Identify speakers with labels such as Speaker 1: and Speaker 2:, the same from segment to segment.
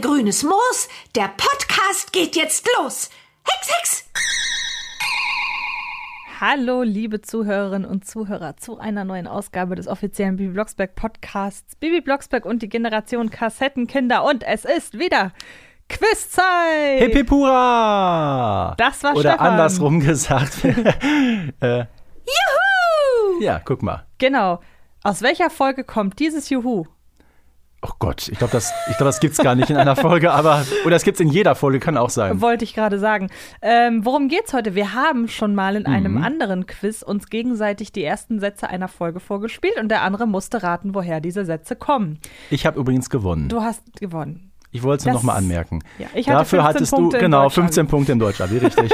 Speaker 1: grünes Moos. Der Podcast geht jetzt los. Hex, hex!
Speaker 2: Hallo, liebe Zuhörerinnen und Zuhörer, zu einer neuen Ausgabe des offiziellen Bibi Blocksberg Podcasts. Bibi Blocksberg und die Generation Kassettenkinder. Und es ist wieder Quizzeit!
Speaker 3: Hip hip hurra!
Speaker 2: Das war
Speaker 3: Oder
Speaker 2: Stefan.
Speaker 3: andersrum gesagt. äh,
Speaker 2: Juhu!
Speaker 3: ja, guck mal.
Speaker 2: Genau. Aus welcher Folge kommt dieses Juhu?
Speaker 3: Oh Gott, ich glaube, das, ich glaub, das gibt's gar nicht in einer Folge, aber. Oder es gibt's in jeder Folge, kann auch sein.
Speaker 2: Wollte ich gerade sagen. Ähm, worum geht's heute? Wir haben schon mal in einem anderen Quiz uns gegenseitig die ersten Sätze einer Folge vorgespielt und der andere musste raten, woher diese Sätze kommen.
Speaker 3: Ich habe übrigens gewonnen.
Speaker 2: Du hast gewonnen.
Speaker 3: Ich wollte es nur
Speaker 2: das-
Speaker 3: nochmal anmerken.
Speaker 2: Ja, ich hatte
Speaker 3: Dafür
Speaker 2: 15
Speaker 3: hattest
Speaker 2: Punkte
Speaker 3: du,
Speaker 2: in
Speaker 3: genau,
Speaker 2: Deutsch-Abi.
Speaker 3: 15 Punkte im Deutsch-Abi, richtig.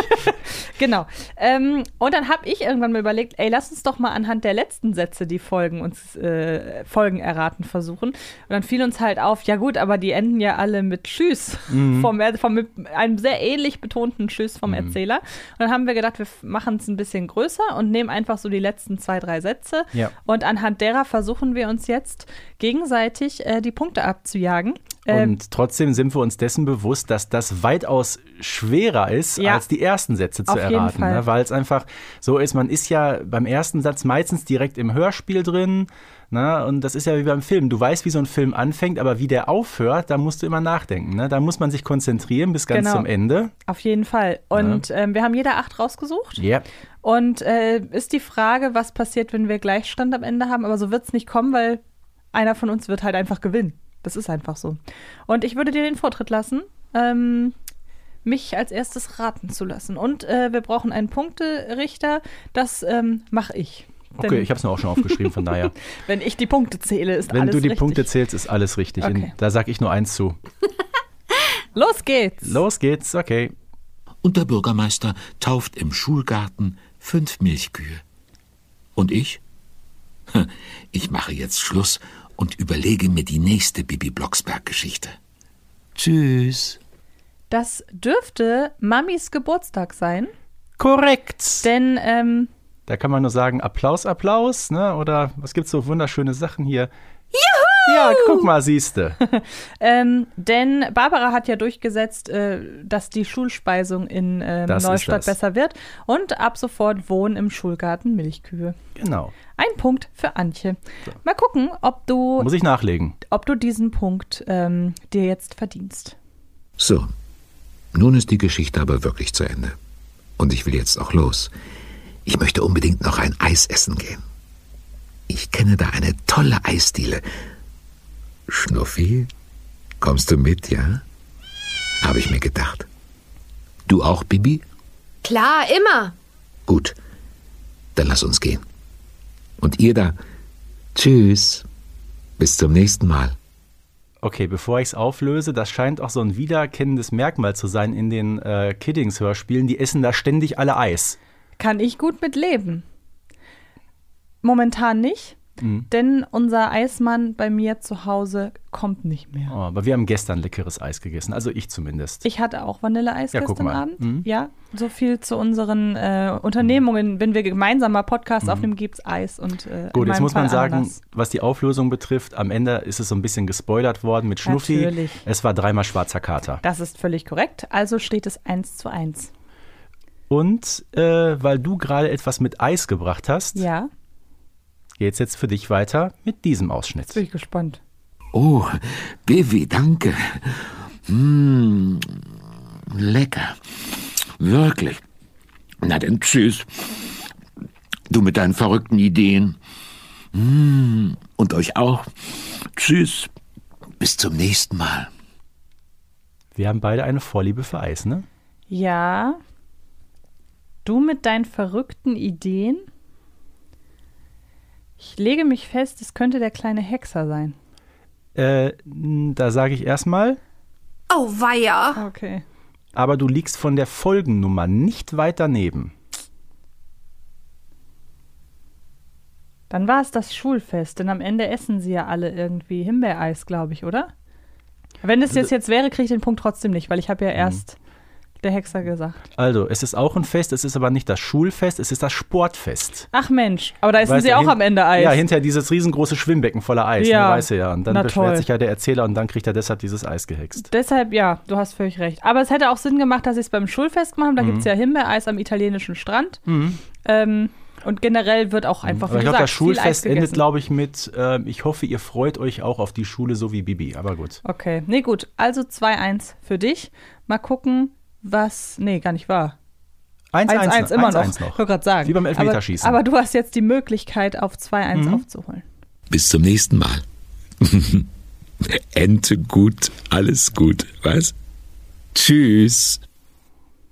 Speaker 2: Genau. Ähm, und dann habe ich irgendwann mal überlegt, ey, lass uns doch mal anhand der letzten Sätze die Folgen uns äh, Folgen erraten versuchen. Und dann fiel uns halt auf, ja gut, aber die enden ja alle mit Tschüss
Speaker 3: Mhm.
Speaker 2: vom, Er- vom mit einem sehr ähnlich betonten Tschüss vom Erzähler. Und dann haben wir gedacht, wir machen es ein bisschen größer und nehmen einfach so die letzten zwei, drei Sätze.
Speaker 3: Ja.
Speaker 2: Und anhand derer versuchen wir uns jetzt gegenseitig äh, die Punkte abzujagen. Ähm,
Speaker 3: Und trotzdem sind wir uns dessen bewusst, dass das weitaus schwerer ist,
Speaker 2: Ja.
Speaker 3: als die ersten Sätze zu
Speaker 2: Auf jeden
Speaker 3: erraten.
Speaker 2: Fall.
Speaker 3: Ne? Weil es einfach so ist, man ist ja beim ersten Satz meistens direkt im Hörspiel drin. Ne? Und das ist ja wie beim Film. Du weißt, wie so ein Film anfängt, aber wie der aufhört, da musst du immer nachdenken. Ne? Da muss man sich konzentrieren bis ganz
Speaker 2: Genau.
Speaker 3: zum Ende.
Speaker 2: auf jeden Fall. Und ähm, wir haben jeder acht rausgesucht.
Speaker 3: Ja.
Speaker 2: Und äh, ist die Frage, was passiert, wenn wir Gleichstand am Ende haben? Aber so wird es nicht kommen, weil einer von uns wird halt einfach gewinnen. Das ist einfach so. Und ich würde dir den Vortritt lassen, ähm, mich als erstes raten zu lassen. Und äh, wir brauchen einen Punkterichter. Das ähm, mache ich. Denn
Speaker 3: Okay, ich habe es mir auch schon aufgeschrieben, von daher.
Speaker 2: wenn ich die Punkte zähle, ist
Speaker 3: Wenn
Speaker 2: alles
Speaker 3: du die
Speaker 2: richtig.
Speaker 3: Punkte zählst, ist alles richtig.
Speaker 2: Okay.
Speaker 3: Und Da sag ich nur eins zu.
Speaker 2: Los geht's.
Speaker 3: Los geht's, okay.
Speaker 4: und der Bürgermeister tauft im Schulgarten fünf Milchkühe. Und ich? Hm, Ich mache jetzt Schluss und überlege mir die nächste Bibi Blocksberg-Geschichte. Tschüss.
Speaker 2: Das dürfte Mamis Geburtstag sein,
Speaker 3: Korrekt.
Speaker 2: denn ähm,
Speaker 3: Da kann man nur sagen, Applaus, Applaus, ne? Oder was gibt's so wunderschöne Sachen hier? Juhu! Ja, guck mal, siehste.
Speaker 2: Ähm, denn Barbara hat ja durchgesetzt, äh, dass die Schulspeisung in ähm,
Speaker 3: Das ist
Speaker 2: Neustadt
Speaker 3: das.
Speaker 2: besser wird. Und ab sofort wohnen im Schulgarten Milchkühe.
Speaker 3: Genau.
Speaker 2: Ein Punkt für Antje. Mal gucken, ob du,
Speaker 3: Muss ich nachlegen.
Speaker 2: ob du diesen Punkt ähm, dir jetzt verdienst.
Speaker 4: So, nun ist die Geschichte aber wirklich zu Ende. Und ich will jetzt auch los. Ich möchte unbedingt noch ein Eis essen gehen. Ich kenne da eine tolle Eisdiele. Schnuffi, kommst du mit, ja? Habe ich mir gedacht. Du auch, Bibi?
Speaker 5: Klar, immer.
Speaker 4: Gut, dann lass uns gehen. Und ihr da, tschüss. Bis zum nächsten Mal.
Speaker 3: Okay, bevor ich es auflöse, das scheint auch so ein wiedererkennendes Merkmal zu sein in den äh, Kiddings-Hörspielen. Die essen da ständig alle Eis.
Speaker 2: Kann ich gut mit leben. Momentan nicht,
Speaker 3: Mhm.
Speaker 2: denn unser Eismann bei mir zu Hause kommt nicht mehr.
Speaker 3: Oh, aber wir haben gestern leckeres Eis gegessen, also ich zumindest.
Speaker 2: Ich hatte auch Vanilleeis
Speaker 3: Ja, guck
Speaker 2: gestern
Speaker 3: mal. Mhm.
Speaker 2: Abend. Ja, so viel zu unseren äh, Unternehmungen. Wenn wir gemeinsam mal Podcast aufnehmen, gibt's Eis und äh,
Speaker 3: Mhm. Gut,
Speaker 2: in
Speaker 3: jetzt
Speaker 2: meinem
Speaker 3: muss man
Speaker 2: Fall
Speaker 3: sagen,
Speaker 2: Ananas.
Speaker 3: was die Auflösung betrifft, am Ende ist es so ein bisschen gespoilert worden mit Schnuffi.
Speaker 2: Natürlich.
Speaker 3: Es war dreimal schwarzer Kater.
Speaker 2: Das ist völlig korrekt. Also steht es 1 zu 1.
Speaker 3: Und äh, weil du gerade etwas mit Eis gebracht hast,
Speaker 2: Ja,
Speaker 3: geht's jetzt für dich weiter mit diesem Ausschnitt.
Speaker 2: bin ich gespannt.
Speaker 4: Oh, Bibi, danke. Mm, lecker. Wirklich. Na denn, tschüss. Du mit deinen verrückten Ideen. Mm, und euch auch. Tschüss. Bis zum nächsten Mal.
Speaker 3: Wir haben beide eine Vorliebe für Eis, ne?
Speaker 2: Ja, du mit deinen verrückten Ideen. Ich lege mich fest, es könnte der kleine Hexer sein.
Speaker 3: Äh, n- da sage ich erstmal,
Speaker 1: Oh, weia.
Speaker 2: Okay.
Speaker 3: aber du liegst von der Folgennummer nicht weit daneben.
Speaker 2: Dann war es das Schulfest, denn am Ende essen sie ja alle irgendwie
Speaker 3: Also Mhm.
Speaker 2: Himbeereis, glaube ich, oder? Wenn es jetzt, jetzt wäre, kriege ich den Punkt trotzdem nicht, weil ich habe ja erst der Hexer gesagt.
Speaker 3: Also, es ist auch ein Fest, es ist aber nicht das Schulfest, es ist das Sportfest.
Speaker 2: Ach Mensch, aber da essen
Speaker 3: Weißt
Speaker 2: sie
Speaker 3: du,
Speaker 2: auch
Speaker 3: hin-
Speaker 2: am Ende Eis.
Speaker 3: Ja, hinterher dieses riesengroße Schwimmbecken voller Eis,
Speaker 2: Ja.
Speaker 3: ja. ne, weißt du ja. Und dann
Speaker 2: Na
Speaker 3: beschwert
Speaker 2: toll.
Speaker 3: sich ja der Erzähler und dann kriegt er deshalb dieses Eis gehext.
Speaker 2: Deshalb, ja, du hast völlig recht. Aber es hätte auch Sinn gemacht, dass sie es beim Schulfest gemacht haben.
Speaker 3: Mhm.
Speaker 2: Da gibt es ja Himbeereis am italienischen Strand. Ähm, und generell wird auch einfach,
Speaker 3: Mhm. Aber
Speaker 2: wie
Speaker 3: ich glaube,
Speaker 2: gesagt,
Speaker 3: das Schulfest
Speaker 2: viel Eis
Speaker 3: endet,
Speaker 2: gegessen.
Speaker 3: glaube ich, mit ähm, Ich hoffe, ihr freut euch auch auf die Schule, so wie Bibi. Aber gut.
Speaker 2: Okay, nee, gut. Also 2-1 für dich. Mal gucken, was. Nee, gar nicht wahr. 1-1
Speaker 3: 1-1
Speaker 2: immer noch.
Speaker 3: 1-1
Speaker 2: Ich wollte gerade sagen.
Speaker 3: Wie beim Elfmeterschießen. Mhm.
Speaker 2: Aber, aber du hast jetzt die Möglichkeit, auf 2-1 aufzuholen.
Speaker 4: Bis zum nächsten Mal. Ente gut, alles gut, was? Tschüss.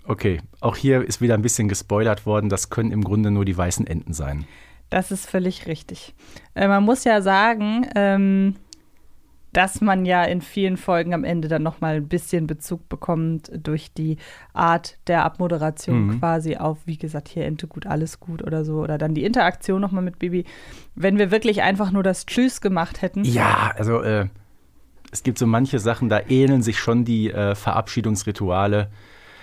Speaker 3: Okay, auch hier ist wieder ein bisschen gespoilert worden. Das können im Grunde nur die weißen Enten sein.
Speaker 2: Das ist völlig richtig. Äh, man muss ja sagen, ähm, dass man ja in vielen Folgen am Ende dann nochmal ein bisschen Bezug bekommt durch die Art der Abmoderation
Speaker 3: Mhm.
Speaker 2: quasi auf, wie gesagt, hier Ente gut, alles gut oder so. Oder dann die Interaktion nochmal mit Bibi. Wenn wir wirklich einfach nur das Tschüss gemacht hätten.
Speaker 3: Ja, also äh, es gibt so manche Sachen, da ähneln sich schon die äh, Verabschiedungsrituale.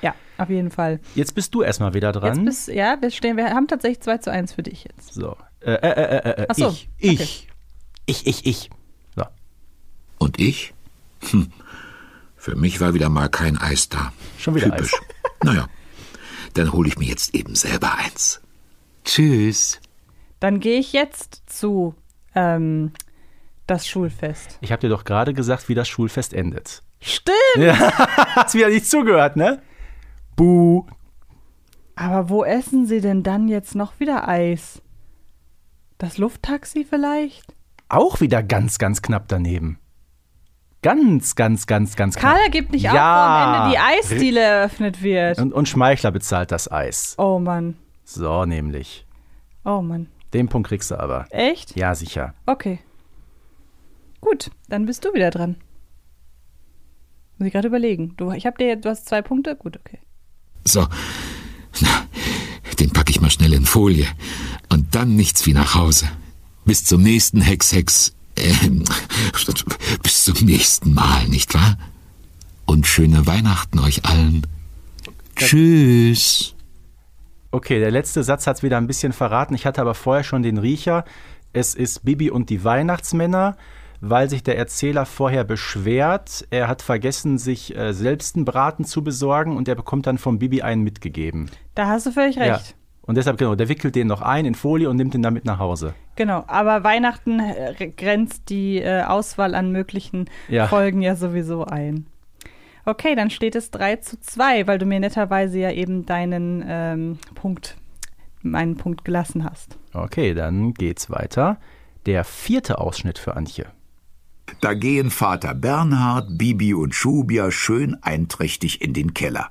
Speaker 2: Ja, auf jeden Fall.
Speaker 3: Jetzt bist du erstmal wieder dran.
Speaker 2: Jetzt bist, ja, wir, stehen, wir haben tatsächlich 2 zu 1 für dich jetzt.
Speaker 3: so. Äh, äh, äh, äh, äh,
Speaker 2: Ach so,
Speaker 3: ich, ich, ich, ich, ich. So.
Speaker 4: Und ich? Hm. Für mich war wieder mal kein Eis da.
Speaker 3: Schon wieder
Speaker 4: Typisch. Naja, dann hole ich mir jetzt eben selber eins. Tschüss.
Speaker 2: Dann gehe ich jetzt zu ähm, das Schulfest.
Speaker 3: Ich habe dir doch gerade gesagt, wie das Schulfest endet.
Speaker 2: Stimmt!
Speaker 3: Hast wieder nicht zugehört, ne? Buh.
Speaker 2: Aber wo essen sie denn dann jetzt noch wieder Eis? Das Lufttaxi vielleicht?
Speaker 3: Auch wieder ganz, ganz knapp daneben. Ganz, ganz, ganz, ganz knapp.
Speaker 2: Carla gibt nicht auf,
Speaker 3: Ja.
Speaker 2: wo am Ende die Eisdiele eröffnet wird.
Speaker 3: Und, und Schmeichler bezahlt das Eis.
Speaker 2: Oh Mann.
Speaker 3: So nämlich.
Speaker 2: Oh Mann.
Speaker 3: Den Punkt kriegst du aber.
Speaker 2: Echt?
Speaker 3: Ja, sicher.
Speaker 2: Okay. Gut, dann bist du wieder dran. Muss ich gerade überlegen. Du, ich habe dir, du hast zwei Punkte. Gut, okay.
Speaker 4: So, na, den packe ich mal schnell in Folie. Und dann nichts wie nach Hause. Bis zum nächsten Hex-Hex. Ähm, bis zum nächsten Mal, nicht wahr? Und schöne Weihnachten euch allen. Tschüss.
Speaker 3: Okay, der letzte Satz hat es wieder ein bisschen verraten. Ich hatte aber vorher schon den Riecher. Es ist Bibi und die Weihnachtsmänner, weil sich der Erzähler vorher beschwert. Er hat vergessen, sich äh, selbst einen Braten zu besorgen und er bekommt dann von Bibi einen mitgegeben.
Speaker 2: Da hast du völlig recht.
Speaker 3: Ja. Und deshalb, genau, der wickelt den noch ein in Folie und nimmt ihn damit nach Hause.
Speaker 2: Genau, aber Weihnachten äh, grenzt die äh, Auswahl an möglichen
Speaker 3: Ja.
Speaker 2: Folgen ja sowieso ein. Okay, dann steht es 3 zu 2, weil du mir netterweise ja eben deinen ähm, Punkt, meinen Punkt gelassen hast.
Speaker 3: Okay, dann geht's weiter. Der vierte Ausschnitt für Antje.
Speaker 6: Da gehen Vater Bernhard, Bibi und Schubia schön einträchtig in den Keller.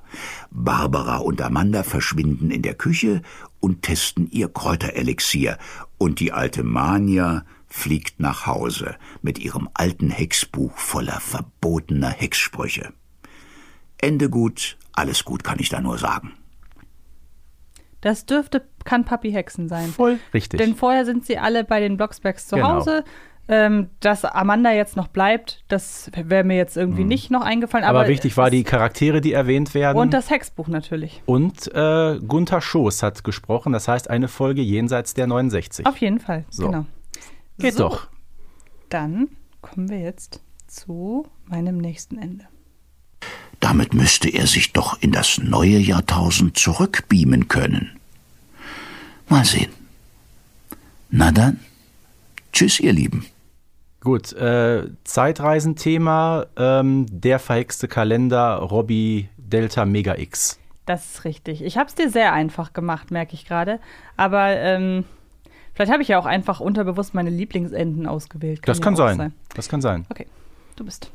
Speaker 6: Barbara und Amanda verschwinden in der Küche und testen ihr Kräuterelixier. Und die alte Mania fliegt nach Hause mit ihrem alten Hexbuch voller verbotener Hexsprüche. Ende gut, alles gut kann ich da nur sagen.
Speaker 2: Das dürfte, kann Papi Hexen sein.
Speaker 3: Voll richtig.
Speaker 2: Denn vorher sind sie alle bei den Blocksbergs zu
Speaker 3: Genau.
Speaker 2: Hause. Ähm, dass Amanda jetzt noch bleibt, das wäre mir jetzt irgendwie nicht noch eingefallen. Aber,
Speaker 3: Mhm. aber wichtig war
Speaker 2: es-
Speaker 3: die Charaktere, die erwähnt werden.
Speaker 2: Und das Hexbuch natürlich.
Speaker 3: Und äh, Gunther Schoß hat gesprochen, das heißt eine Folge jenseits der 69.
Speaker 2: Auf jeden Fall,
Speaker 3: So.
Speaker 2: genau.
Speaker 3: Geht
Speaker 2: so.
Speaker 3: doch.
Speaker 2: Dann kommen wir jetzt zu meinem nächsten Ende.
Speaker 6: Damit müsste er sich doch in das neue Jahrtausend zurückbeamen können. Mal sehen. Na dann, tschüss, ihr Lieben.
Speaker 3: Gut, äh, Zeitreisenthema, ähm, der verhexte Kalender, Robby Delta Mega X.
Speaker 2: Das ist richtig. Ich habe es dir sehr einfach gemacht, merke ich gerade. Aber ähm, vielleicht habe ich ja auch einfach unterbewusst meine Lieblingsenden ausgewählt.
Speaker 3: Das
Speaker 2: ja
Speaker 3: kann
Speaker 2: auch
Speaker 3: sein. Das kann sein.
Speaker 2: Okay, du bist.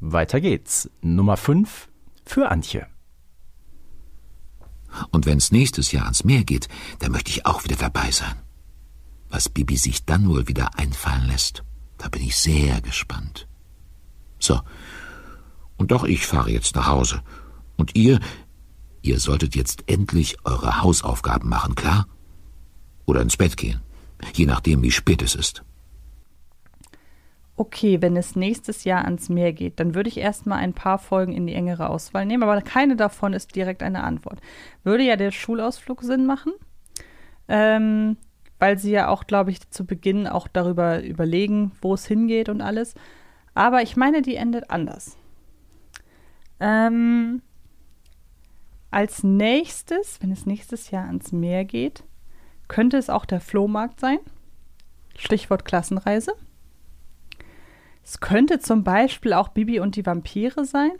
Speaker 3: Weiter geht's. Nummer 5 für Antje.
Speaker 4: Und wenn's nächstes Jahr ans Meer geht, dann möchte ich auch wieder dabei sein. Was Bibi sich dann wohl wieder einfallen lässt, da bin ich sehr gespannt. So. Und doch ich fahre jetzt nach Hause. Und ihr, ihr solltet jetzt endlich eure Hausaufgaben machen, klar? Oder ins Bett gehen. Je nachdem, wie spät es ist.
Speaker 2: okay, wenn es nächstes Jahr ans Meer geht, dann würde ich erstmal ein paar Folgen in die engere Auswahl nehmen, aber keine davon ist direkt eine Antwort. Würde ja der Schulausflug Sinn machen, ähm, weil sie ja auch, glaube ich, zu Beginn auch darüber überlegen, wo es hingeht und alles. Aber ich meine, die endet anders. Ähm, als nächstes, wenn es nächstes Jahr ans Meer geht, könnte es auch der Flohmarkt sein. Stichwort Klassenreise. Es könnte zum Beispiel auch Bibi und die Vampire sein.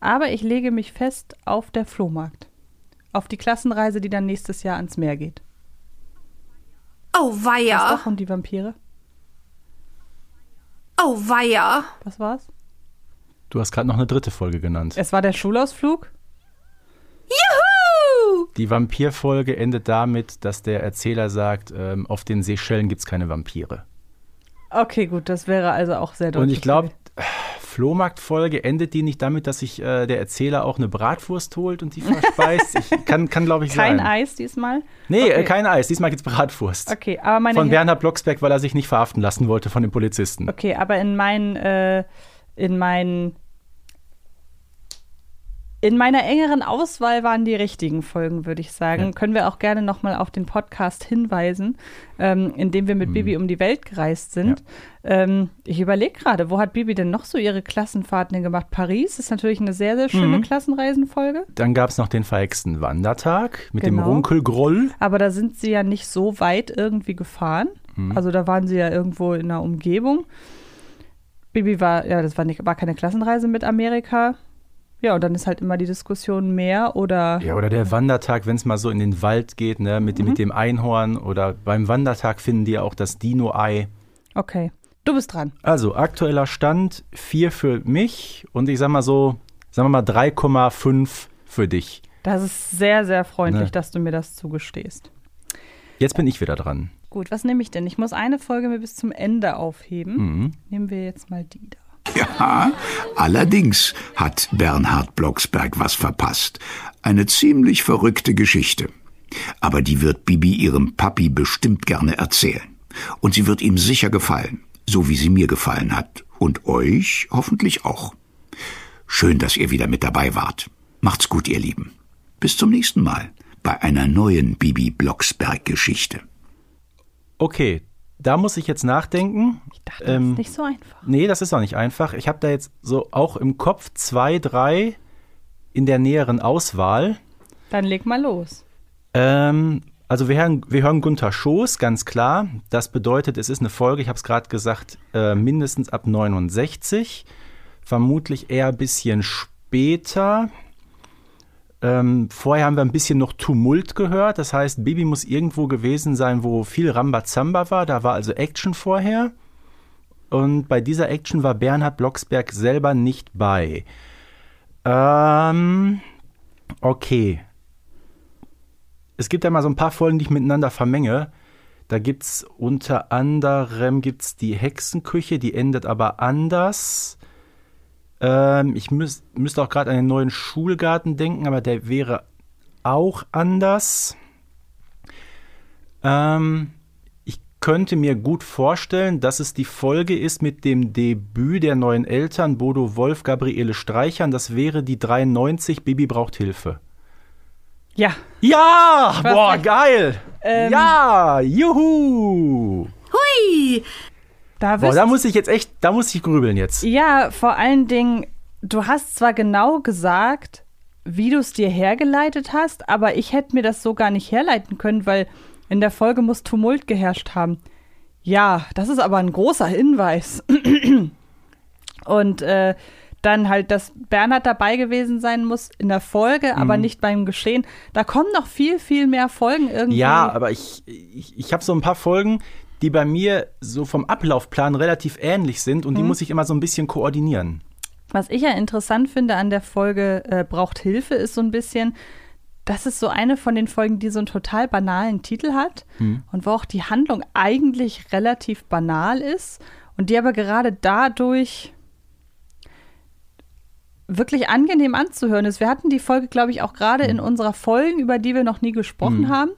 Speaker 2: Aber ich lege mich fest auf der Flohmarkt. Auf die Klassenreise, die dann nächstes Jahr ans Meer geht.
Speaker 1: Oh
Speaker 2: Was
Speaker 1: weia.
Speaker 2: doch und um die Vampire?
Speaker 1: Oh weia.
Speaker 2: Was war's?
Speaker 3: Du hast gerade noch eine dritte Folge genannt.
Speaker 2: Es war der Schulausflug.
Speaker 1: Juhu!
Speaker 3: Die Vampirfolge endet damit, dass der Erzähler sagt, ähm, auf den Seychellen gibt es keine Vampire.
Speaker 2: Okay, gut, das wäre also auch sehr deutlich.
Speaker 3: Und ich glaube, Flohmarktfolge endet die nicht damit, dass sich äh, der Erzähler auch eine Bratwurst holt und die verspeist. Ich kann, kann glaube ich,
Speaker 2: Kein
Speaker 3: sein.
Speaker 2: Eis diesmal.
Speaker 3: Nee, äh,
Speaker 2: Okay.
Speaker 3: kein Eis. Diesmal gibt's Bratwurst.
Speaker 2: Okay, aber meine
Speaker 3: Von
Speaker 2: Her-
Speaker 3: Werner Blocksberg, weil er sich nicht verhaften lassen wollte von den Polizisten.
Speaker 2: Okay, aber in meinen, äh, in meinen, in meiner engeren Auswahl waren die richtigen Folgen, würde ich sagen.
Speaker 3: Ja.
Speaker 2: Können wir auch gerne nochmal auf den Podcast hinweisen, ähm, in dem wir mit Bibi um die Welt gereist sind. Ähm, ich überlege gerade, wo hat Bibi denn noch so ihre Klassenfahrten denn gemacht? Paris ist natürlich eine sehr, sehr schöne Klassenreisenfolge.
Speaker 3: Dann gab's noch den verhexten Wandertag mit dem
Speaker 2: Genau.
Speaker 3: Runkelgroll.
Speaker 2: Aber da sind sie ja nicht so weit irgendwie gefahren.
Speaker 3: Mhm.
Speaker 2: Also da waren sie ja irgendwo in der Umgebung. Bibi war, ja, das war, nicht, war keine Klassenreise mit Amerika. Ja, und dann ist halt immer die Diskussion Meer oder
Speaker 3: Ja, oder der Wandertag, wenn's mal so in den Wald geht, ne, mit,
Speaker 2: Mhm.
Speaker 3: dem- mit dem Einhorn. Oder beim Wandertag finden die ja auch das Dino-Ei.
Speaker 2: okay. Du bist dran.
Speaker 3: Also, aktueller Stand, vier für mich und ich sag mal so, sagen wir mal 3,5 für dich.
Speaker 2: Das ist sehr, sehr freundlich,
Speaker 3: Ne.
Speaker 2: dass du mir das zugestehst.
Speaker 3: Jetzt bin ich wieder dran.
Speaker 2: Gut, was nehme ich denn? Ich muss eine Folge mir bis zum Ende aufheben.
Speaker 3: Mhm.
Speaker 2: Nehmen wir jetzt mal die da.
Speaker 6: Ja, allerdings hat Bernhard Blocksberg was verpasst. Eine ziemlich verrückte Geschichte. Aber die wird Bibi ihrem Papi bestimmt gerne erzählen. Und sie wird ihm sicher gefallen, so wie sie mir gefallen hat. Und euch hoffentlich auch. Schön, dass ihr wieder mit dabei wart. Macht's gut, ihr Lieben. Bis zum nächsten Mal bei einer neuen Bibi Blocksberg-Geschichte.
Speaker 3: Okay, da muss ich jetzt nachdenken.
Speaker 2: Ich dachte, das
Speaker 3: Ähm,
Speaker 2: ist nicht so einfach.
Speaker 3: Nee, das ist auch nicht einfach. Ich habe da jetzt so auch im Kopf zwei, drei in der näheren Auswahl.
Speaker 2: Dann leg mal los.
Speaker 3: Ähm, also wir hören, wir hören Gunther Schoß, ganz klar. Das bedeutet, es ist eine Folge, ich habe es gerade gesagt, äh, mindestens ab 69. Vermutlich eher ein bisschen später. Ähm, vorher haben wir ein bisschen noch Tumult gehört. Das heißt, Bibi muss irgendwo gewesen sein, wo viel Rambazamba war. Da war also Action vorher. Und bei dieser Action war Bernhard Blocksberg selber nicht bei. Ähm, okay es gibt ja mal so ein paar Folgen, die ich miteinander vermenge. Da gibt es unter anderem gibt's die Hexenküche, die endet aber anders. Ähm, ich müß, müsste auch gerade an den neuen Schulgarten denken, aber der wäre auch anders. Ähm, ich könnte mir gut vorstellen, dass es die Folge ist mit dem Debüt der neuen Eltern, Bodo Wolf, Gabriele Streichern. Das wäre die 93, Baby braucht Hilfe.
Speaker 2: Ja,
Speaker 3: Ja,
Speaker 2: Perfekt. Ähm,
Speaker 3: boah, geil. ja, juhu.
Speaker 1: Hui!
Speaker 2: da
Speaker 3: Boah,
Speaker 2: wirst
Speaker 3: da muss ich jetzt echt, da muss ich grübeln jetzt.
Speaker 2: Ja, vor allen Dingen, du hast zwar genau gesagt, wie du es dir hergeleitet hast, aber ich hätte mir das so gar nicht herleiten können, weil in der Folge muss Tumult geherrscht haben. Ja, das ist aber ein großer Hinweis. Und äh, dann halt, dass Bernhard dabei gewesen sein muss in der Folge, aber nicht beim Geschehen. Da kommen noch viel, viel mehr Folgen irgendwie.
Speaker 3: Ja, aber ich, ich, ich habe so ein paar Folgen, die bei mir so vom Ablaufplan relativ ähnlich sind und die
Speaker 2: Mhm.
Speaker 3: muss ich immer so ein bisschen koordinieren.
Speaker 2: Was ich ja interessant finde an der Folge äh, Braucht Hilfe ist so ein bisschen, das ist so eine von den Folgen, die so einen total banalen Titel hat und wo auch die Handlung eigentlich relativ banal ist und die aber gerade dadurch wirklich angenehm anzuhören ist. Wir hatten die Folge, glaube ich, auch gerade in unserer Folgen, über die wir noch nie gesprochen haben.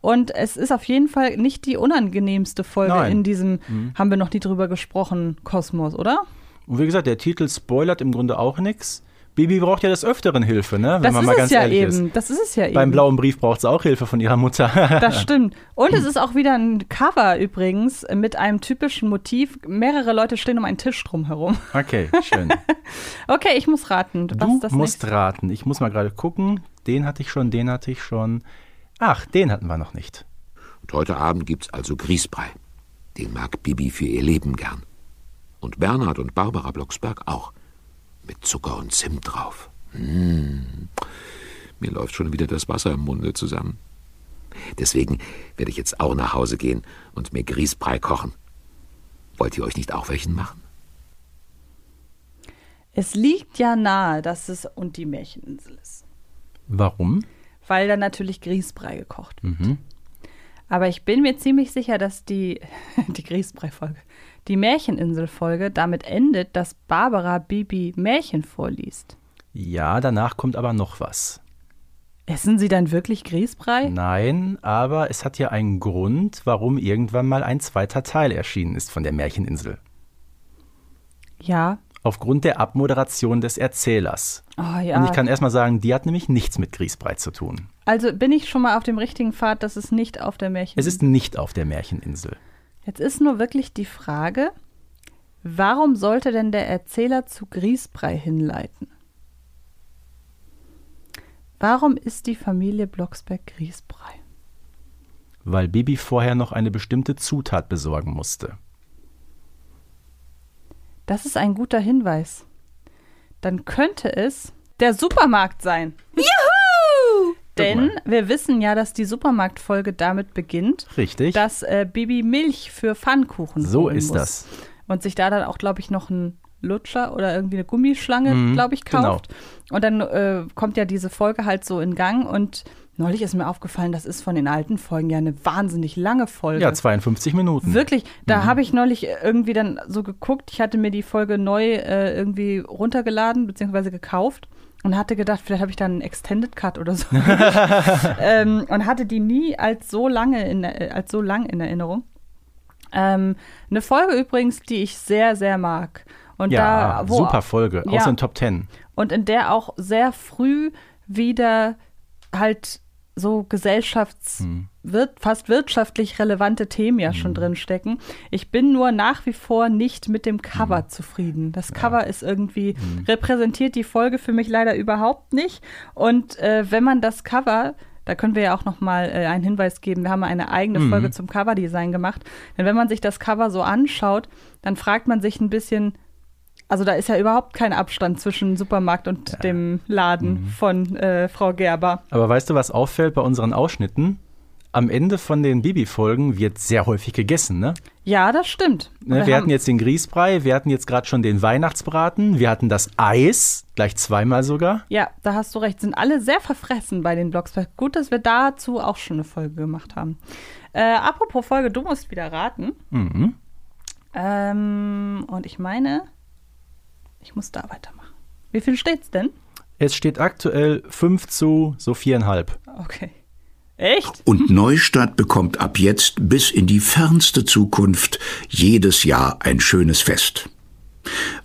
Speaker 2: Und es ist auf jeden Fall nicht die unangenehmste Folge
Speaker 3: Nein.
Speaker 2: in diesem, haben wir noch nie drüber gesprochen, Kosmos, oder?
Speaker 3: Und wie gesagt, der Titel spoilert im Grunde auch nichts. Bibi braucht ja des Öfteren Hilfe, ne? wenn
Speaker 2: Das
Speaker 3: man
Speaker 2: ist
Speaker 3: mal ganz
Speaker 2: es ja
Speaker 3: ehrlich
Speaker 2: eben.
Speaker 3: ist.
Speaker 2: Das ist es ja eben.
Speaker 3: Beim blauen Brief braucht sie auch Hilfe von ihrer Mutter.
Speaker 2: Das stimmt. Und
Speaker 3: Hm.
Speaker 2: es ist auch wieder ein Cover übrigens mit einem typischen Motiv. Mehrere Leute stehen um einen Tisch drumherum.
Speaker 3: okay, schön.
Speaker 2: Okay, ich muss raten. Was
Speaker 3: Du
Speaker 2: ist das
Speaker 3: musst
Speaker 2: nächste?
Speaker 3: raten. Ich muss mal gerade gucken. Den hatte ich schon, den hatte ich schon. Ach, den hatten wir noch nicht.
Speaker 4: Und heute Abend gibt's also Grießbrei. Den mag Bibi für ihr Leben gern. Und Bernhard und Barbara Blocksberg auch. Mit Zucker und Zimt drauf. Mmh. Mir läuft schon wieder das Wasser im Munde zusammen. Deswegen werde ich jetzt auch nach Hause gehen und mir Grießbrei kochen. Wollt ihr euch nicht auch welchen machen?
Speaker 2: Es liegt ja nahe, dass es und die Märcheninsel ist.
Speaker 3: Warum?
Speaker 2: Weil da natürlich Grießbrei gekocht wird.
Speaker 3: Mhm.
Speaker 2: Aber ich bin mir ziemlich sicher, dass die, die Grießbrei-Folge, die Märcheninsel-Folge damit endet, dass Barbara Bibi Märchen vorliest.
Speaker 3: Ja, danach kommt aber noch was.
Speaker 2: Essen sie dann wirklich Grießbrei?
Speaker 3: Hm. Nein, aber es hat ja einen Grund, warum irgendwann mal ein zweiter Teil erschienen ist von der Märcheninsel.
Speaker 2: Ja.
Speaker 3: Aufgrund der Abmoderation des Erzählers.
Speaker 2: Oh ja.
Speaker 3: Und ich kann erstmal sagen, die hat nämlich nichts mit Grießbrei zu tun.
Speaker 2: Also bin ich schon mal auf dem richtigen Pfad, dass es nicht auf der Märchen
Speaker 3: Es ist nicht auf der Märcheninsel.
Speaker 2: Jetzt ist nur wirklich die Frage, warum sollte denn der Erzähler zu Grießbrei hinleiten? Warum ist die Familie Blocksberg Grießbrei?
Speaker 3: weil Bibi vorher noch eine bestimmte Zutat besorgen musste.
Speaker 2: Das ist ein guter Hinweis. Dann könnte es der Supermarkt sein.
Speaker 1: Juhu!
Speaker 2: Denn
Speaker 3: mal.
Speaker 2: wir wissen ja, dass die Supermarktfolge damit beginnt,
Speaker 3: Richtig?
Speaker 2: dass äh, Bibi Milch für Pfannkuchen
Speaker 3: so
Speaker 2: holen
Speaker 3: ist
Speaker 2: muss.
Speaker 3: das.
Speaker 2: und sich da dann auch, glaube ich, noch ein Lutscher oder irgendwie eine Gummischlange,
Speaker 3: Mhm,
Speaker 2: glaube ich,
Speaker 3: genau.
Speaker 2: kauft. Und dann äh, kommt ja diese Folge halt so in Gang und neulich ist mir aufgefallen, das ist von den alten Folgen ja eine wahnsinnig lange Folge.
Speaker 3: Ja, 52 Minuten.
Speaker 2: Wirklich, da
Speaker 3: Mhm.
Speaker 2: habe ich neulich äh, irgendwie dann so geguckt, ich hatte mir die Folge neu äh, irgendwie runtergeladen bzw. gekauft und hatte gedacht, vielleicht habe ich dann einen Extended Cut oder so. ähm, und hatte die nie als so lange in, äh, als so lang in Erinnerung. Ähm, eine Folge übrigens, die ich sehr, sehr mag. Und
Speaker 3: ja,
Speaker 2: da, wo,
Speaker 3: super Folge.
Speaker 2: Ja.
Speaker 3: Aus den Top 10.
Speaker 2: Und in der auch sehr früh wieder halt so gesellschafts-, wir, fast wirtschaftlich relevante Themen ja schon drin stecken. Ich bin nur nach wie vor nicht mit dem Cover zufrieden. Das Cover ist irgendwie, repräsentiert die Folge für mich leider überhaupt nicht. Und äh, wenn man das Cover da können wir ja auch noch mal äh, einen Hinweis geben. Wir haben eine eigene Folge zum Coverdesign gemacht. Denn wenn man sich das Cover so anschaut, dann fragt man sich ein bisschen, also da ist ja überhaupt kein Abstand zwischen Supermarkt und dem
Speaker 3: Mhm.
Speaker 2: Laden von äh, Frau Gerber.
Speaker 3: Aber weißt du, was auffällt bei unseren Ausschnitten? Am Ende von den Bibi-Folgen wird sehr häufig gegessen, ne?
Speaker 2: Ja, das stimmt. Und
Speaker 3: ne?
Speaker 2: wir
Speaker 3: Wir
Speaker 2: haben-
Speaker 3: hatten jetzt den Grießbrei, wir hatten jetzt gerade schon den Weihnachtsbraten, wir hatten das Eis, gleich zweimal sogar.
Speaker 2: ja, da hast du recht. Sind alle sehr verfressen bei den Blocksberg. Gut, dass wir dazu auch schon eine Folge gemacht haben. Äh, apropos Folge, du musst wieder raten.
Speaker 3: Mhm.
Speaker 2: Ähm, und ich meine, ich muss da weitermachen. Wie viel steht's denn?
Speaker 3: Es steht aktuell 5 zu so viereinhalb.
Speaker 2: Okay. Echt?
Speaker 6: Und Neustadt bekommt ab jetzt bis in die fernste Zukunft jedes Jahr ein schönes Fest.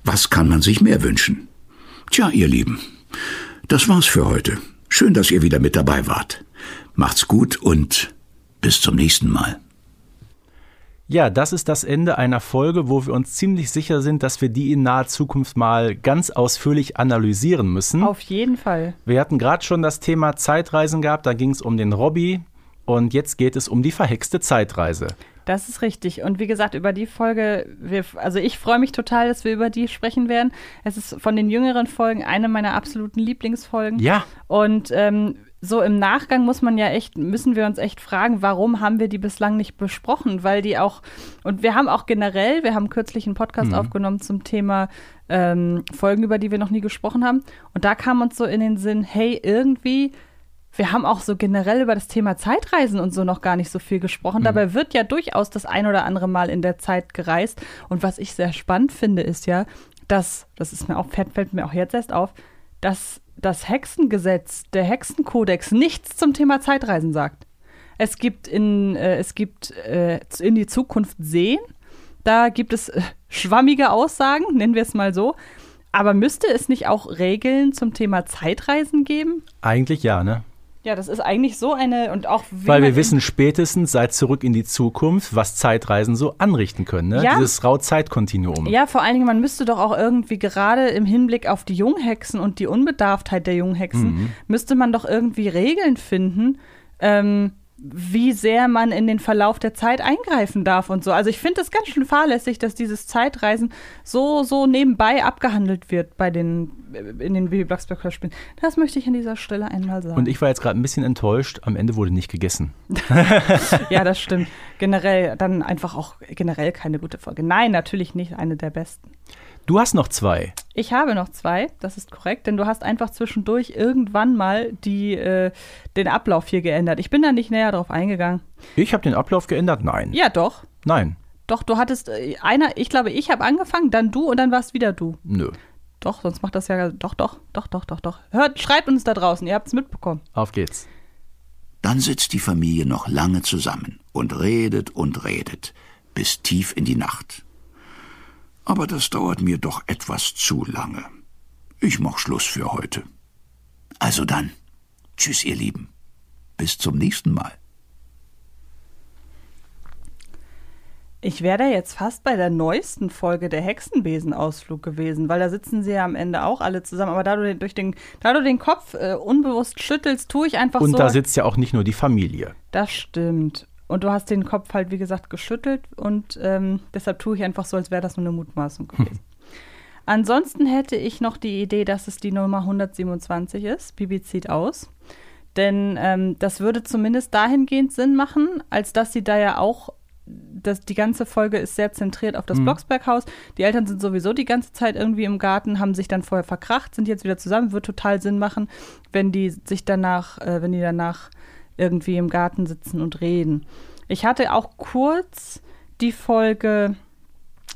Speaker 6: Was kann man sich mehr wünschen? Tja, ihr Lieben, das war's für heute. Schön, dass ihr wieder mit dabei wart. Macht's gut und bis zum nächsten Mal.
Speaker 3: Ja, das ist das Ende einer Folge, wo wir uns ziemlich sicher sind, dass wir die in naher Zukunft mal ganz ausführlich analysieren müssen.
Speaker 2: Auf jeden Fall.
Speaker 3: Wir hatten gerade schon das Thema Zeitreisen gehabt, da ging es um den Robby und jetzt geht es um die verhexte Zeitreise.
Speaker 2: Das ist richtig. Und wie gesagt, über die Folge, wir, also ich freue mich total, dass wir über die sprechen werden. Es ist von den jüngeren Folgen eine meiner absoluten Lieblingsfolgen.
Speaker 3: Ja.
Speaker 2: Und ähm, so im Nachgang muss man ja echt, müssen wir uns echt fragen, warum haben wir die bislang nicht besprochen? Weil die auch, und wir haben auch generell, wir haben kürzlich einen Podcast aufgenommen zum Thema ähm, Folgen, über die wir noch nie gesprochen haben. Und da kam uns so in den Sinn, hey, irgendwie wir haben auch so generell über das Thema Zeitreisen und so noch gar nicht so viel gesprochen. Dabei wird ja durchaus das ein oder andere Mal in der Zeit gereist. Und was ich sehr spannend finde, ist ja, dass, das ist mir auch, fällt, fällt mir auch jetzt erst auf, dass das Hexengesetz, der Hexenkodex nichts zum Thema Zeitreisen sagt. Es gibt in, äh, es gibt äh, in die Zukunft Seen. Da gibt es äh, schwammige Aussagen, nennen wir es mal so. Aber müsste es nicht auch Regeln zum Thema Zeitreisen geben?
Speaker 3: Eigentlich ja, ne?
Speaker 2: Ja, das ist eigentlich so eine und auch wie
Speaker 3: Weil
Speaker 2: man
Speaker 3: wir wissen spätestens seit zurück in die Zukunft, was Zeitreisen so anrichten können, ne?
Speaker 2: Ja.
Speaker 3: Dieses Raum-Zeit-Kontinuum.
Speaker 2: Ja, vor allen Dingen, man müsste doch auch irgendwie gerade im Hinblick auf die Junghexen und die Unbedarftheit der Junghexen,
Speaker 3: Mhm.
Speaker 2: müsste man doch irgendwie Regeln finden, ähm, wie sehr man in den Verlauf der Zeit eingreifen darf und so. Also ich finde es ganz schön fahrlässig, dass dieses Zeitreisen so, so nebenbei abgehandelt wird bei den, in den Baby Blocksberg Hörspielen. Das möchte ich an dieser Stelle einmal sagen.
Speaker 3: Und ich war jetzt gerade ein bisschen enttäuscht, am Ende wurde nicht gegessen.
Speaker 2: ja, das stimmt. Generell, dann einfach auch generell keine gute Folge. Nein, natürlich nicht eine der besten.
Speaker 3: Du hast noch zwei.
Speaker 2: Ich habe noch zwei, das ist korrekt, denn du hast einfach zwischendurch irgendwann mal die, äh, den Ablauf hier geändert. Ich bin da nicht näher drauf eingegangen.
Speaker 3: Ich habe den Ablauf geändert? Nein.
Speaker 2: Ja, doch.
Speaker 3: Nein.
Speaker 2: Doch, du hattest äh, einer, ich glaube, ich habe angefangen, dann du und dann warst wieder du.
Speaker 3: Nö.
Speaker 2: Doch, sonst macht das ja. Doch, doch, doch, doch, doch, doch. Hört, schreibt uns da draußen, ihr habt es mitbekommen.
Speaker 3: Auf geht's.
Speaker 6: Dann sitzt die Familie noch lange zusammen und redet und redet, bis tief in die Nacht. Aber das dauert mir doch etwas zu lange. Ich mach Schluss für heute. Also dann, tschüss ihr Lieben. Bis zum nächsten Mal.
Speaker 2: Ich wäre da jetzt fast bei der neuesten Folge der Hexenbesenausflug gewesen, weil da sitzen sie ja am Ende auch alle zusammen. Aber da du den, durch den, da du den Kopf äh, unbewusst schüttelst, tue ich einfach
Speaker 3: Und
Speaker 2: so.
Speaker 3: da sitzt ja auch nicht nur die Familie.
Speaker 2: Das stimmt. Und du hast den Kopf halt, wie gesagt, geschüttelt und ähm, deshalb tue ich einfach so, als wäre das nur eine Mutmaßung gewesen. Ansonsten hätte ich noch die Idee, dass es die Nummer 127 ist. Bibi zieht aus. Denn ähm, das würde zumindest dahingehend Sinn machen, als dass sie da ja auch, das, die ganze Folge ist sehr zentriert auf das Blocksberghaus. Die Eltern sind sowieso die ganze Zeit irgendwie im Garten, haben sich dann vorher verkracht, sind jetzt wieder zusammen. Wird total Sinn machen, wenn die sich danach, äh, wenn die danach irgendwie im Garten sitzen und reden. Ich hatte auch kurz die Folge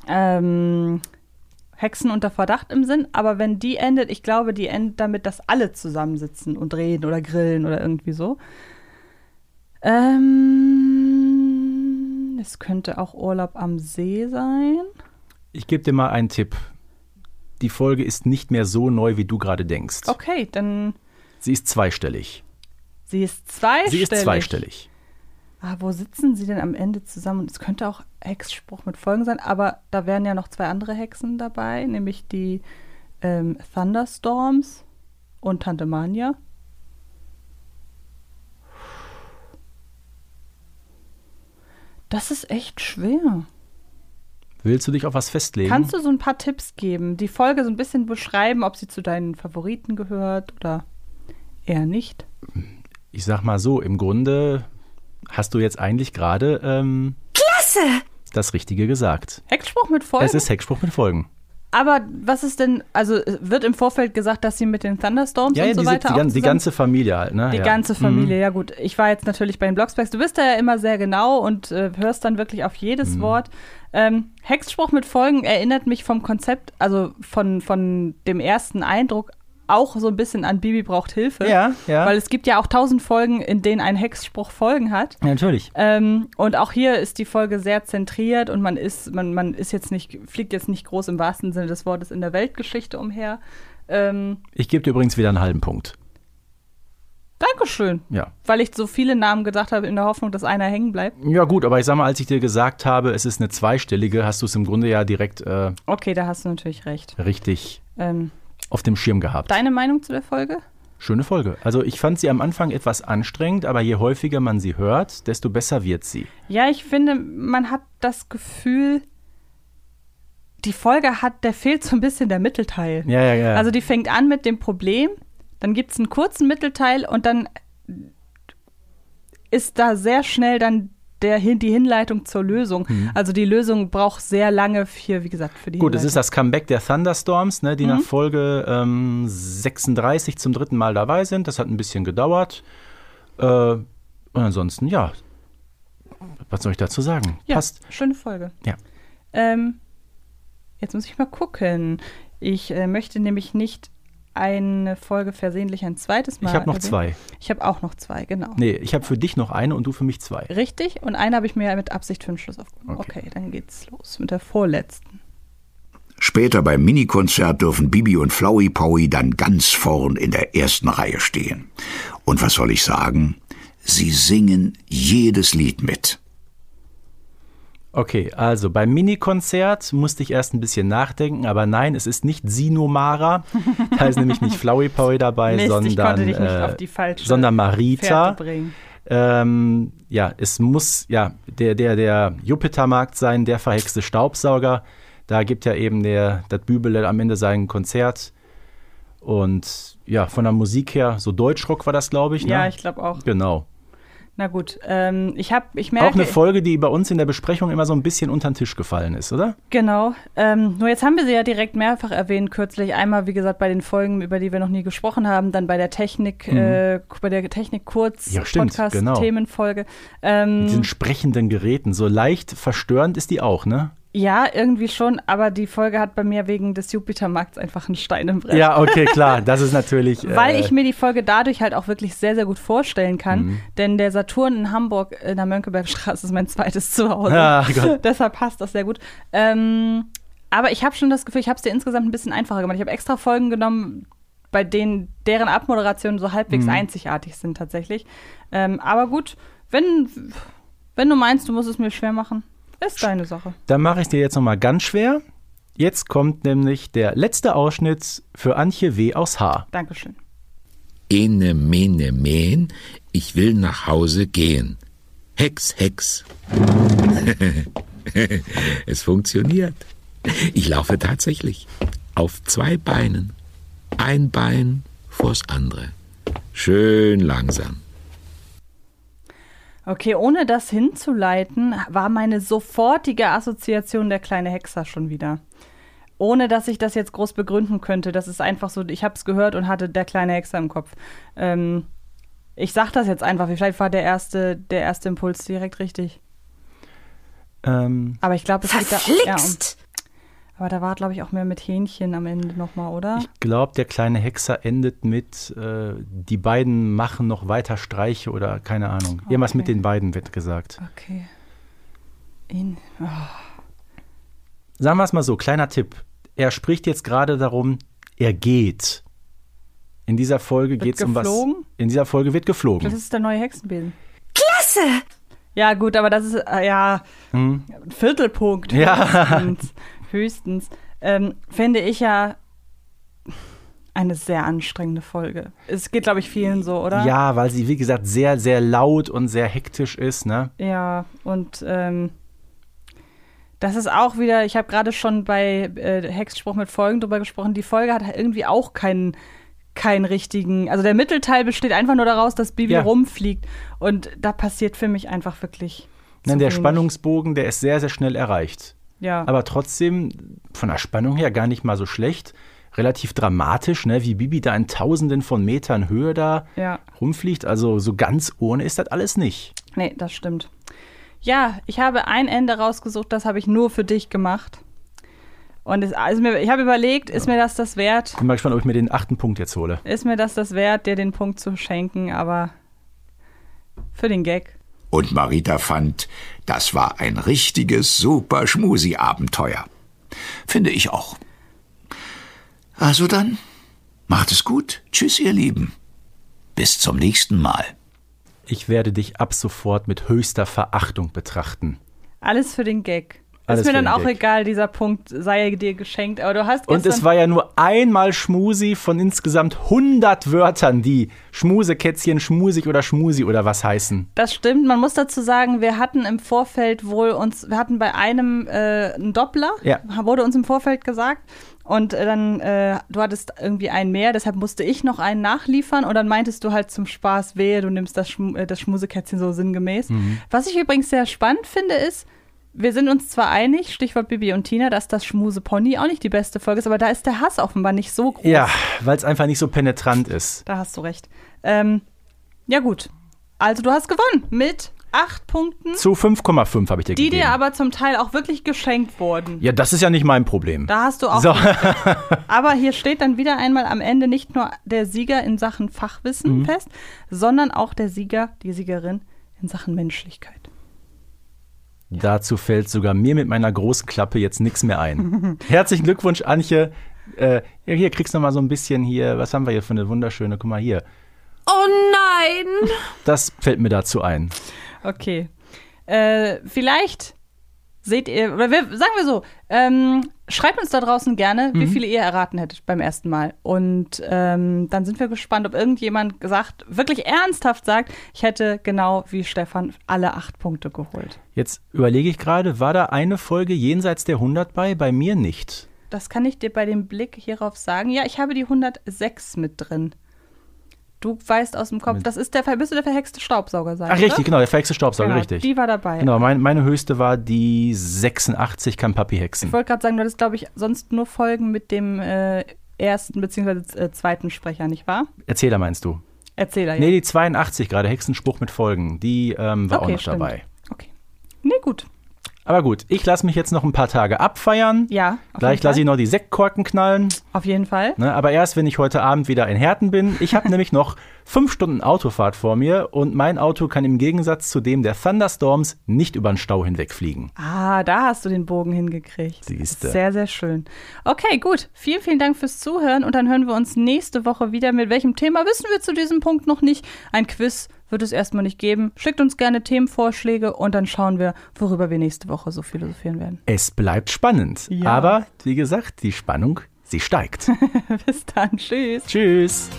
Speaker 2: ähm, Hexen unter Verdacht im Sinn, aber wenn die endet, ich glaube, die endet damit, dass alle zusammensitzen und reden oder grillen oder irgendwie so. Ähm, es könnte auch Urlaub am See sein.
Speaker 3: Ich gebe dir mal einen Tipp. Die Folge ist nicht mehr so neu, wie du gerade denkst.
Speaker 2: Okay, dann
Speaker 3: Sie ist zweistellig.
Speaker 2: sie ist zweistellig.
Speaker 3: Sie ist zweistellig.
Speaker 2: Ah, wo sitzen sie denn am Ende zusammen? Und es könnte auch Hexspruch mit Folgen sein, aber da wären ja noch zwei andere Hexen dabei, nämlich die ähm, Thunderstorms und Tante Mania. Das ist echt schwer.
Speaker 3: Willst du dich auf was festlegen?
Speaker 2: Kannst du so ein paar Tipps geben? Die Folge so ein bisschen beschreiben, ob sie zu deinen Favoriten gehört oder eher nicht?
Speaker 3: ich sag mal so, im Grunde hast du jetzt eigentlich gerade ähm,
Speaker 1: Klasse!
Speaker 3: das Richtige gesagt.
Speaker 2: Hexspruch mit Folgen?
Speaker 3: Es ist Hexspruch mit Folgen.
Speaker 2: Aber was ist denn, also äh, wird im Vorfeld gesagt, dass sie mit den Thunderstorms
Speaker 3: Ja, ja,
Speaker 2: und so
Speaker 3: die,
Speaker 2: weiter
Speaker 3: die,
Speaker 2: auch
Speaker 3: gan- die
Speaker 2: zusammen-
Speaker 3: ganze Familie halt, ne?
Speaker 2: die
Speaker 3: ja.
Speaker 2: ganze Familie, ja gut. Ich war jetzt natürlich bei den Blogspecs. Du bist da ja immer sehr genau und äh, hörst dann wirklich auf jedes
Speaker 3: Mhm.
Speaker 2: Wort. Ähm, Hexspruch mit Folgen erinnert mich vom Konzept, also von, von dem ersten Eindruck auch so ein bisschen an Bibi braucht Hilfe.
Speaker 3: Ja, ja.
Speaker 2: Weil es gibt ja auch tausend Folgen, in denen ein Hexspruch Folgen hat.
Speaker 3: Ja, natürlich.
Speaker 2: Ähm, und auch hier ist die Folge sehr zentriert und man ist, man, man ist jetzt nicht, fliegt jetzt nicht groß im wahrsten Sinne des Wortes in der Weltgeschichte umher. Ähm,
Speaker 3: Ich gebe dir übrigens wieder einen halben Punkt.
Speaker 2: Dankeschön.
Speaker 3: Ja.
Speaker 2: Weil ich so viele Namen gesagt habe in der Hoffnung, dass einer hängen bleibt.
Speaker 3: Ja, gut, aber ich sag mal, als ich dir gesagt habe, es ist eine zweistellige, hast du es im Grunde ja direkt äh,
Speaker 2: Okay, da hast du natürlich recht.
Speaker 3: richtig
Speaker 2: Ähm,
Speaker 3: auf dem Schirm gehabt.
Speaker 2: deine Meinung zu der Folge?
Speaker 3: Schöne Folge. Also, ich fand sie am Anfang etwas anstrengend, aber je häufiger man sie hört, desto besser wird sie.
Speaker 2: Ja, ich finde, man hat das Gefühl, die Folge hat, der fehlt so ein bisschen der Mittelteil.
Speaker 3: Ja, ja, ja.
Speaker 2: Also die fängt an mit dem Problem, dann gibt es einen kurzen Mittelteil und dann ist da sehr schnell dann der, Hin- die Hinleitung zur Lösung. Also die Lösung braucht sehr lange hier, wie gesagt, für die
Speaker 3: Mhm. Gut, es
Speaker 2: Hinleitung.
Speaker 3: ist das Comeback der Thunderstorms, ne, die
Speaker 2: Mhm.
Speaker 3: nach Folge ähm, 36 zum dritten Mal dabei sind. Das hat ein bisschen gedauert. Äh, und ansonsten, ja. Was soll ich dazu sagen?
Speaker 2: ja,
Speaker 3: Passt.
Speaker 2: schöne Folge.
Speaker 3: Ja.
Speaker 2: Ähm, jetzt muss ich mal gucken. Ich äh, möchte nämlich nicht eine Folge versehentlich ein zweites Mal.
Speaker 3: Ich habe noch
Speaker 2: erwähnt.
Speaker 3: zwei.
Speaker 2: Ich habe auch noch zwei, genau.
Speaker 3: Nee, ich habe für dich noch eine und du für mich zwei.
Speaker 2: Richtig, und eine habe ich mir mit Absicht für den Schluss aufgenommen.
Speaker 3: Okay.
Speaker 2: Okay. dann geht's los mit der vorletzten.
Speaker 6: Später beim Minikonzert dürfen Bibi und Flowey Powie dann ganz vorn in der ersten Reihe stehen. Und was soll ich sagen? Sie singen jedes Lied mit.
Speaker 3: Okay, also beim Mini-Konzert musste ich erst ein bisschen nachdenken, aber nein, es ist nicht Sinomara. Da ist nämlich nicht Flowey Powie dabei,
Speaker 2: Mist, ich
Speaker 3: sondern,
Speaker 2: konnte dich nicht
Speaker 3: äh,
Speaker 2: auf die falsche
Speaker 3: sondern
Speaker 2: Fährte
Speaker 3: Marita.
Speaker 2: bringen.
Speaker 3: Ähm, ja, es muss ja der, der, der Jupitermarkt sein, der verhexte Staubsauger. Da gibt ja eben der das Bübele am Ende sein Konzert. Und ja, von der Musik her, so Deutschrock war das, glaube ich. Ne?
Speaker 2: Ja, ich glaube auch.
Speaker 3: Genau.
Speaker 2: Na gut, ähm, ich habe, ich merke,
Speaker 3: Auch eine Folge, die bei uns in der Besprechung immer so ein bisschen unter den Tisch gefallen ist, oder?
Speaker 2: Genau. Ähm, nur jetzt haben wir sie ja direkt mehrfach erwähnt kürzlich. Einmal, wie gesagt, bei den Folgen, über die wir noch nie gesprochen haben, dann bei der Technik, äh, bei der Technik kurz
Speaker 3: Mhm. Ja, stimmt,
Speaker 2: Podcast
Speaker 3: genau.
Speaker 2: Themenfolge. Ähm,
Speaker 3: Mit diesen sprechenden Geräten. So leicht verstörend ist die auch, ne?
Speaker 2: ja, irgendwie schon, aber die Folge hat bei mir wegen des Jupitermarkts einfach einen Stein im Brett.
Speaker 3: Ja, okay, klar. Das ist natürlich. äh,
Speaker 2: Weil ich mir die Folge dadurch halt auch wirklich sehr, sehr gut vorstellen kann. Denn der Saturn in Hamburg in der Mönckebergstraße ist mein zweites Zuhause.
Speaker 3: Ach Gott.
Speaker 2: Deshalb passt das sehr gut. Ähm, aber ich habe schon das Gefühl, ich habe es dir insgesamt ein bisschen einfacher gemacht. Ich habe extra Folgen genommen, bei denen deren Abmoderationen so halbwegs einzigartig sind tatsächlich. Ähm, aber gut, wenn, wenn du meinst, du musst es mir schwer machen, ist deine Sache.
Speaker 3: Dann mache ich dir jetzt nochmal ganz schwer. Jetzt kommt nämlich der letzte Ausschnitt für Antje W. aus H.
Speaker 2: Dankeschön.
Speaker 4: Ene, mene, men, ich will nach Hause gehen. Hex, Hex. es funktioniert. Ich laufe tatsächlich auf zwei Beinen. Ein Bein vors andere. Schön langsam.
Speaker 2: Okay, ohne das hinzuleiten, war meine sofortige Assoziation der kleine Hexer schon wieder. Ohne dass ich das jetzt groß begründen könnte. Das ist einfach so, ich habe es gehört und hatte der kleine Hexer im Kopf. Ähm, ich sag das jetzt einfach, vielleicht war der erste, der erste Impuls direkt richtig.
Speaker 3: Ähm,
Speaker 2: Aber ich glaube, es geht da ja, um.
Speaker 1: Verflixt!
Speaker 2: Aber da war, glaube ich, auch mehr mit Hähnchen am Ende nochmal, oder?
Speaker 3: ich glaube, der kleine Hexer endet mit, äh, die beiden machen noch weiter Streiche oder keine Ahnung. Irgendwas mit den beiden wird gesagt.
Speaker 2: okay. In, oh,
Speaker 3: Sagen wir es mal so, kleiner Tipp. Er spricht jetzt gerade darum, er geht. In dieser Folge
Speaker 2: Wird
Speaker 3: geht es um was.
Speaker 2: geflogen?
Speaker 3: In dieser Folge wird geflogen.
Speaker 2: das ist der neue Hexenbesen.
Speaker 1: Klasse!
Speaker 2: Ja, gut, aber das ist äh, ja ein Viertelpunkt.
Speaker 3: Ja.
Speaker 2: Höchstens. höchstens. Ähm, finde ich ja eine sehr anstrengende Folge. Es geht, glaube ich, vielen so, oder?
Speaker 3: Ja, weil sie, wie gesagt, sehr, sehr laut und sehr hektisch ist, ne?
Speaker 2: Ja, und ähm, das ist auch wieder, ich habe gerade schon bei äh, Hexspruch mit Folgen drüber gesprochen, die Folge hat irgendwie auch keinen keinen richtigen, also der Mittelteil besteht einfach nur daraus, dass Bibi
Speaker 3: Ja.
Speaker 2: rumfliegt und da passiert für mich einfach wirklich
Speaker 3: Nein,
Speaker 2: zu
Speaker 3: der
Speaker 2: wenig.
Speaker 3: Spannungsbogen, der ist sehr, sehr schnell erreicht.
Speaker 2: Ja.
Speaker 3: Aber trotzdem, von der Spannung her gar nicht mal so schlecht. Relativ dramatisch, ne? wie Bibi da in Tausenden von Metern Höhe da
Speaker 2: Ja.
Speaker 3: rumfliegt. Also so ganz ohne ist das alles nicht.
Speaker 2: Nee, das stimmt. Ja, ich habe ein Ende rausgesucht, das habe ich nur für dich gemacht. Und es, also mir, ich habe überlegt, ist mir das das wert?
Speaker 3: Bin mal gespannt, ob ich mir den achten Punkt jetzt hole.
Speaker 2: Ist mir das das wert, dir den Punkt zu schenken? Aber für den Gag.
Speaker 6: Und Marita fand, das war ein richtiges super Schmusi-Abenteuer. Finde ich auch. Also dann, macht es gut. Tschüss, ihr Lieben. Bis zum nächsten Mal.
Speaker 3: Ich werde dich ab sofort mit höchster Verachtung betrachten.
Speaker 2: Alles für den Gag.
Speaker 3: Alles
Speaker 2: ist mir
Speaker 3: für
Speaker 2: dann
Speaker 3: den
Speaker 2: auch
Speaker 3: Gag.
Speaker 2: egal, dieser Punkt sei dir geschenkt. Aber du hast
Speaker 3: Und
Speaker 2: gestern,
Speaker 3: es war ja nur einmal Schmusi von insgesamt 100 Wörtern, die Schmusekätzchen, Schmusig oder Schmusi oder was heißen.
Speaker 2: das stimmt. Man muss dazu sagen, wir hatten im Vorfeld wohl uns, wir hatten bei einem äh, einen Doppler,
Speaker 3: Ja.
Speaker 2: wurde uns im Vorfeld gesagt. Und äh, dann, äh, du hattest irgendwie einen mehr, deshalb musste ich noch einen nachliefern. Und dann meintest du halt zum Spaß, wehe, du nimmst das, Schm äh, das Schmusekätzchen so sinngemäß.
Speaker 3: Mhm.
Speaker 2: Was ich übrigens sehr spannend finde, ist, wir sind uns zwar einig, Stichwort Bibi und Tina, dass das Schmusepony auch nicht die beste Folge ist, aber da ist der Hass offenbar nicht so groß.
Speaker 3: Ja, weil es einfach nicht so penetrant ist.
Speaker 2: Da hast du recht. Ähm, ja, gut. Also, du hast gewonnen mit acht Punkten,
Speaker 3: Zu 5,5 habe ich dir
Speaker 2: die
Speaker 3: gegeben.
Speaker 2: dir aber zum Teil auch wirklich geschenkt wurden.
Speaker 3: ja, das ist ja nicht mein Problem.
Speaker 2: Da hast du auch.
Speaker 3: so,
Speaker 2: Aber hier steht dann wieder einmal am Ende nicht nur der Sieger in Sachen Fachwissen
Speaker 3: Mhm.
Speaker 2: fest, sondern auch der Sieger, die Siegerin in Sachen Menschlichkeit.
Speaker 3: dazu fällt sogar mir mit meiner großen Klappe jetzt nichts mehr ein. Herzlichen Glückwunsch, Antje. Äh, ja, hier kriegst du noch mal so ein bisschen hier, was haben wir hier für eine wunderschöne, guck mal hier.
Speaker 5: Oh nein!
Speaker 3: Das fällt mir dazu ein.
Speaker 2: Okay. Äh, vielleicht seht ihr, oder wir, sagen wir so, ähm, schreibt uns da draußen gerne,
Speaker 3: Mhm.
Speaker 2: wie viele ihr erraten hättet beim ersten Mal. Und ähm, dann sind wir gespannt, ob irgendjemand gesagt, wirklich ernsthaft sagt, ich hätte genau wie Stefan alle acht Punkte geholt.
Speaker 3: Jetzt überlege ich gerade, war da eine Folge jenseits der 100 bei? Bei mir nicht.
Speaker 2: Das kann ich dir bei dem Blick hierauf sagen. Ja, ich habe die 106 mit drin. Du weißt aus dem Kopf, das ist der, müsste der verhexte Staubsauger sein.
Speaker 3: Ach, richtig,
Speaker 2: oder?
Speaker 3: genau, der verhexte Staubsauger,
Speaker 2: Genau,
Speaker 3: richtig.
Speaker 2: Die war dabei.
Speaker 3: Genau, mein, meine höchste war die 86 kann Papi
Speaker 2: Ich
Speaker 3: hexen.
Speaker 2: wollte gerade sagen, du hattest, glaube ich, sonst nur Folgen mit dem äh, ersten bzw. Äh, zweiten Sprecher, nicht wahr?
Speaker 3: Erzähler meinst du?
Speaker 2: Erzähler,
Speaker 3: Nee, die 82 gerade, Hexenspruch mit Folgen, die ähm, war auch noch
Speaker 2: stimmt.
Speaker 3: dabei.
Speaker 2: Okay. Nee, gut.
Speaker 3: Aber gut, ich lasse mich jetzt noch ein paar Tage abfeiern.
Speaker 2: Ja, auf
Speaker 3: Gleich
Speaker 2: jeden Fall.
Speaker 3: lasse ich noch die Sektkorken knallen.
Speaker 2: Auf jeden Fall.
Speaker 3: Ne? Aber erst, wenn ich heute Abend wieder in Herten bin. Ich habe nämlich noch fünf Stunden Autofahrt vor mir und mein Auto kann im Gegensatz zu dem der Thunderstorms nicht über den Stau hinwegfliegen.
Speaker 2: Ah, da hast du den Bogen hingekriegt.
Speaker 3: Siehste.
Speaker 2: Sehr, sehr schön. Okay, gut. Vielen, vielen Dank fürs Zuhören und dann hören wir uns nächste Woche wieder. Mit welchem Thema wissen wir zu diesem Punkt noch nicht? Ein Quiz wird es erstmal nicht geben. Schickt uns gerne Themenvorschläge und dann schauen wir, worüber wir nächste Woche so philosophieren werden.
Speaker 3: Es bleibt spannend.
Speaker 2: Ja.
Speaker 3: Aber wie gesagt, die Spannung, sie steigt.
Speaker 2: Bis dann. Tschüss.
Speaker 3: Tschüss.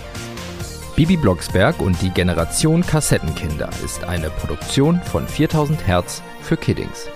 Speaker 7: Bibi Blocksberg und die Generation Kassettenkinder ist eine Produktion von 4000 Hertz für Kiddings.